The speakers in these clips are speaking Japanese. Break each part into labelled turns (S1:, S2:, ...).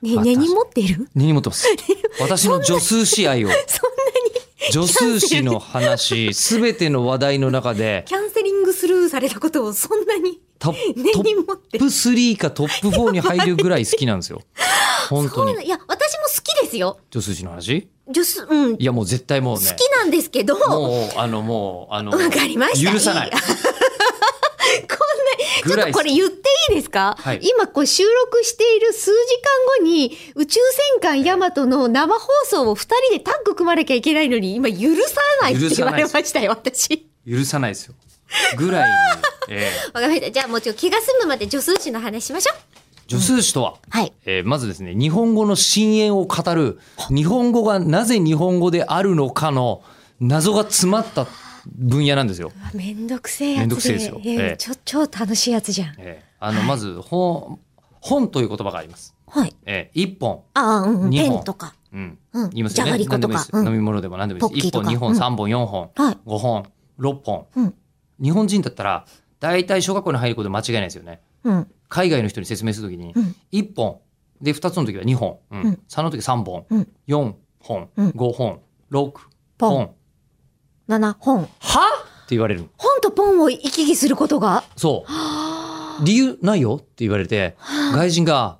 S1: ね、根に持ってる
S2: 根に持って ます。私の女数試合
S1: そん
S2: を。
S1: なに
S2: 女数誌の話、すべての話題の中で、
S1: キャンセリングスルーされたことをそんなに
S2: トッ
S1: 根
S2: ト
S1: に
S2: ッ
S1: 持って
S2: プ
S1: る。
S2: 3かトップ4に入るぐらい好きなんで すよ。本当
S1: そう
S2: に
S1: な。いや、私も好きですよ。
S2: 女数誌の話
S1: 女子、うん。好
S2: いやもう絶対もうね。
S1: きなんですけど、わ
S2: もう、あの、もう、あの、
S1: かりました。
S2: 許さない
S1: いやこん
S2: ぐ
S1: な、ち
S2: ら
S1: ょっ
S2: い
S1: とこれ言っていいですか、
S2: はい
S1: 今こう収録している数時間後に宇宙戦艦ヤマトの生放送を二人でタッグ組まなきゃいけないのに、今許さないって言われましたよ、私。
S2: 許さないですよ。ぐらいに。え
S1: わかりました。じゃあもうちょっと気が済むまで女数詞の話しましょう。
S2: え女数誌とは、
S1: はい。
S2: えーまずですね、日本語の深淵を語る、日本語がなぜ日本語であるのかの謎が詰まった分野なんですよ。
S1: めんどくせえやつで。
S2: めんどくせえですよ
S1: いやいや
S2: ええ
S1: ちょ超楽しいやつじゃん。
S2: ええあの、まず、本、本という言葉があります。
S1: はい。
S2: ええ一本。
S1: ああ、うんうん。
S2: 二
S1: ペ
S2: 本
S1: ンとか。
S2: うん。
S1: うん。
S2: 言います
S1: じ
S2: よ
S1: ゃ
S2: ね。
S1: がりこ
S2: 何で
S1: と
S2: もいい
S1: か
S2: で。す
S1: うん
S2: 飲み物でも何でもいいです。
S1: ポッキーと
S2: 一本、
S1: か
S2: 二
S1: う
S2: 本、
S1: ん
S2: 三本、四本、
S1: はい
S2: 五本、六本。
S1: うん。
S2: 日本人だったら、大体小学校に入ること間違いないですよね。
S1: うん。
S2: 海外の人に説明するときに
S1: うん、
S2: 一本。で、二つの時は二本。う
S1: う
S2: ん
S1: ん
S2: 三の時三本
S1: うん。
S2: 四本
S1: うん。
S2: 五本。六
S1: ポン
S2: 本。
S1: 7本。
S2: はって言われる。
S1: 本とポンを行き来することが
S2: そう。理由ないよって言われて、外人が、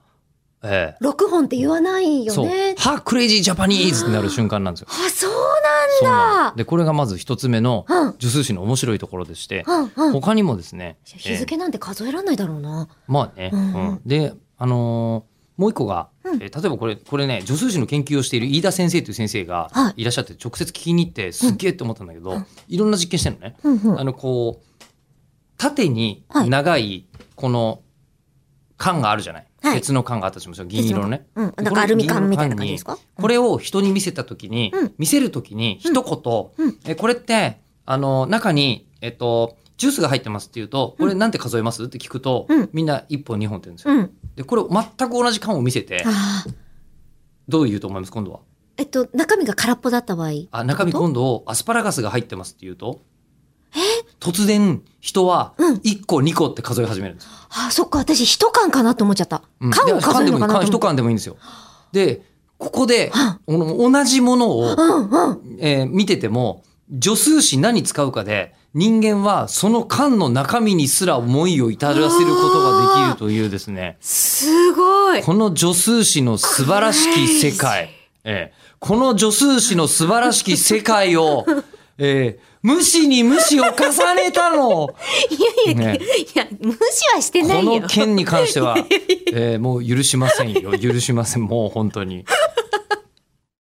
S2: ええ。
S1: 6本って言わないよ
S2: そう。
S1: ね。
S2: はクレイジージャパニーズってなる瞬間なんですよ。
S1: あ、そう
S2: そうな
S1: なん
S2: ので、これがまず一つ目の
S1: だ。うん。
S2: 呪数詞の面白いところでして、
S1: うん。うん。
S2: 他にもですね、
S1: 日
S2: え
S1: 付なんて数えられないだろうな。
S2: ーまあね、
S1: う
S2: うんんで、あのーもう一個が、
S1: うん
S2: えー例えばこれ、これね、助数詞の研究をしている飯田先生という先生が
S1: はい
S2: らっしゃって、直接聞きに行って、すっげえって思ったんだけど、
S1: うん
S2: いろんな実験してるのね。
S1: うんうん。
S2: あの、こう、縦に
S1: はい
S2: 長い、この、缶があるじゃない。
S1: はい
S2: 鉄の缶があったとしましょう。銀色のね。
S1: うん。なんかアルミ缶みたいな感じですか
S2: これを人に見せたときに、
S1: うん
S2: 見せるときに一言、
S1: うんうん
S2: えこれって、あの、中に、えっと、ジュースが入ってますって言うと、これなんて数えますって聞くと、
S1: うん
S2: みんな1本2本って言うんですよ。
S1: うん。
S2: で、これ全く同じ缶を見せて、
S1: ああ。
S2: どう言うと思います今度は。
S1: えっと、中身が空っぽだった場合。
S2: あ、中身今度、アスパラガスが入ってますって言うと、突然、人は
S1: うん
S2: 1個2個って数え始めるんですよ。
S1: あ、そっか。私、一缶かなと思っちゃった。
S2: うん
S1: 缶を
S2: で缶
S1: 数え
S2: で
S1: る
S2: も
S1: の
S2: いい
S1: かなと思
S2: 缶
S1: っ
S2: 一
S1: た。
S2: 缶でもいいんですよ。で、ここで、
S1: は
S2: この同じものを、
S1: うんうん。
S2: えー見てても、助数詞何使うかで、人間はその缶の中身にすら思いを至らせることができるというですね、
S1: すごい。
S2: この助数詞の素晴らしき世界、えーこの助数詞の素晴らしき世界を、えー無視に無視を重ねたの
S1: いやいや、
S2: ね
S1: いや、無視はしてな
S2: こ
S1: いよ。
S2: の件に関しては、えーもう許しませんよ。許しません。もう本当に。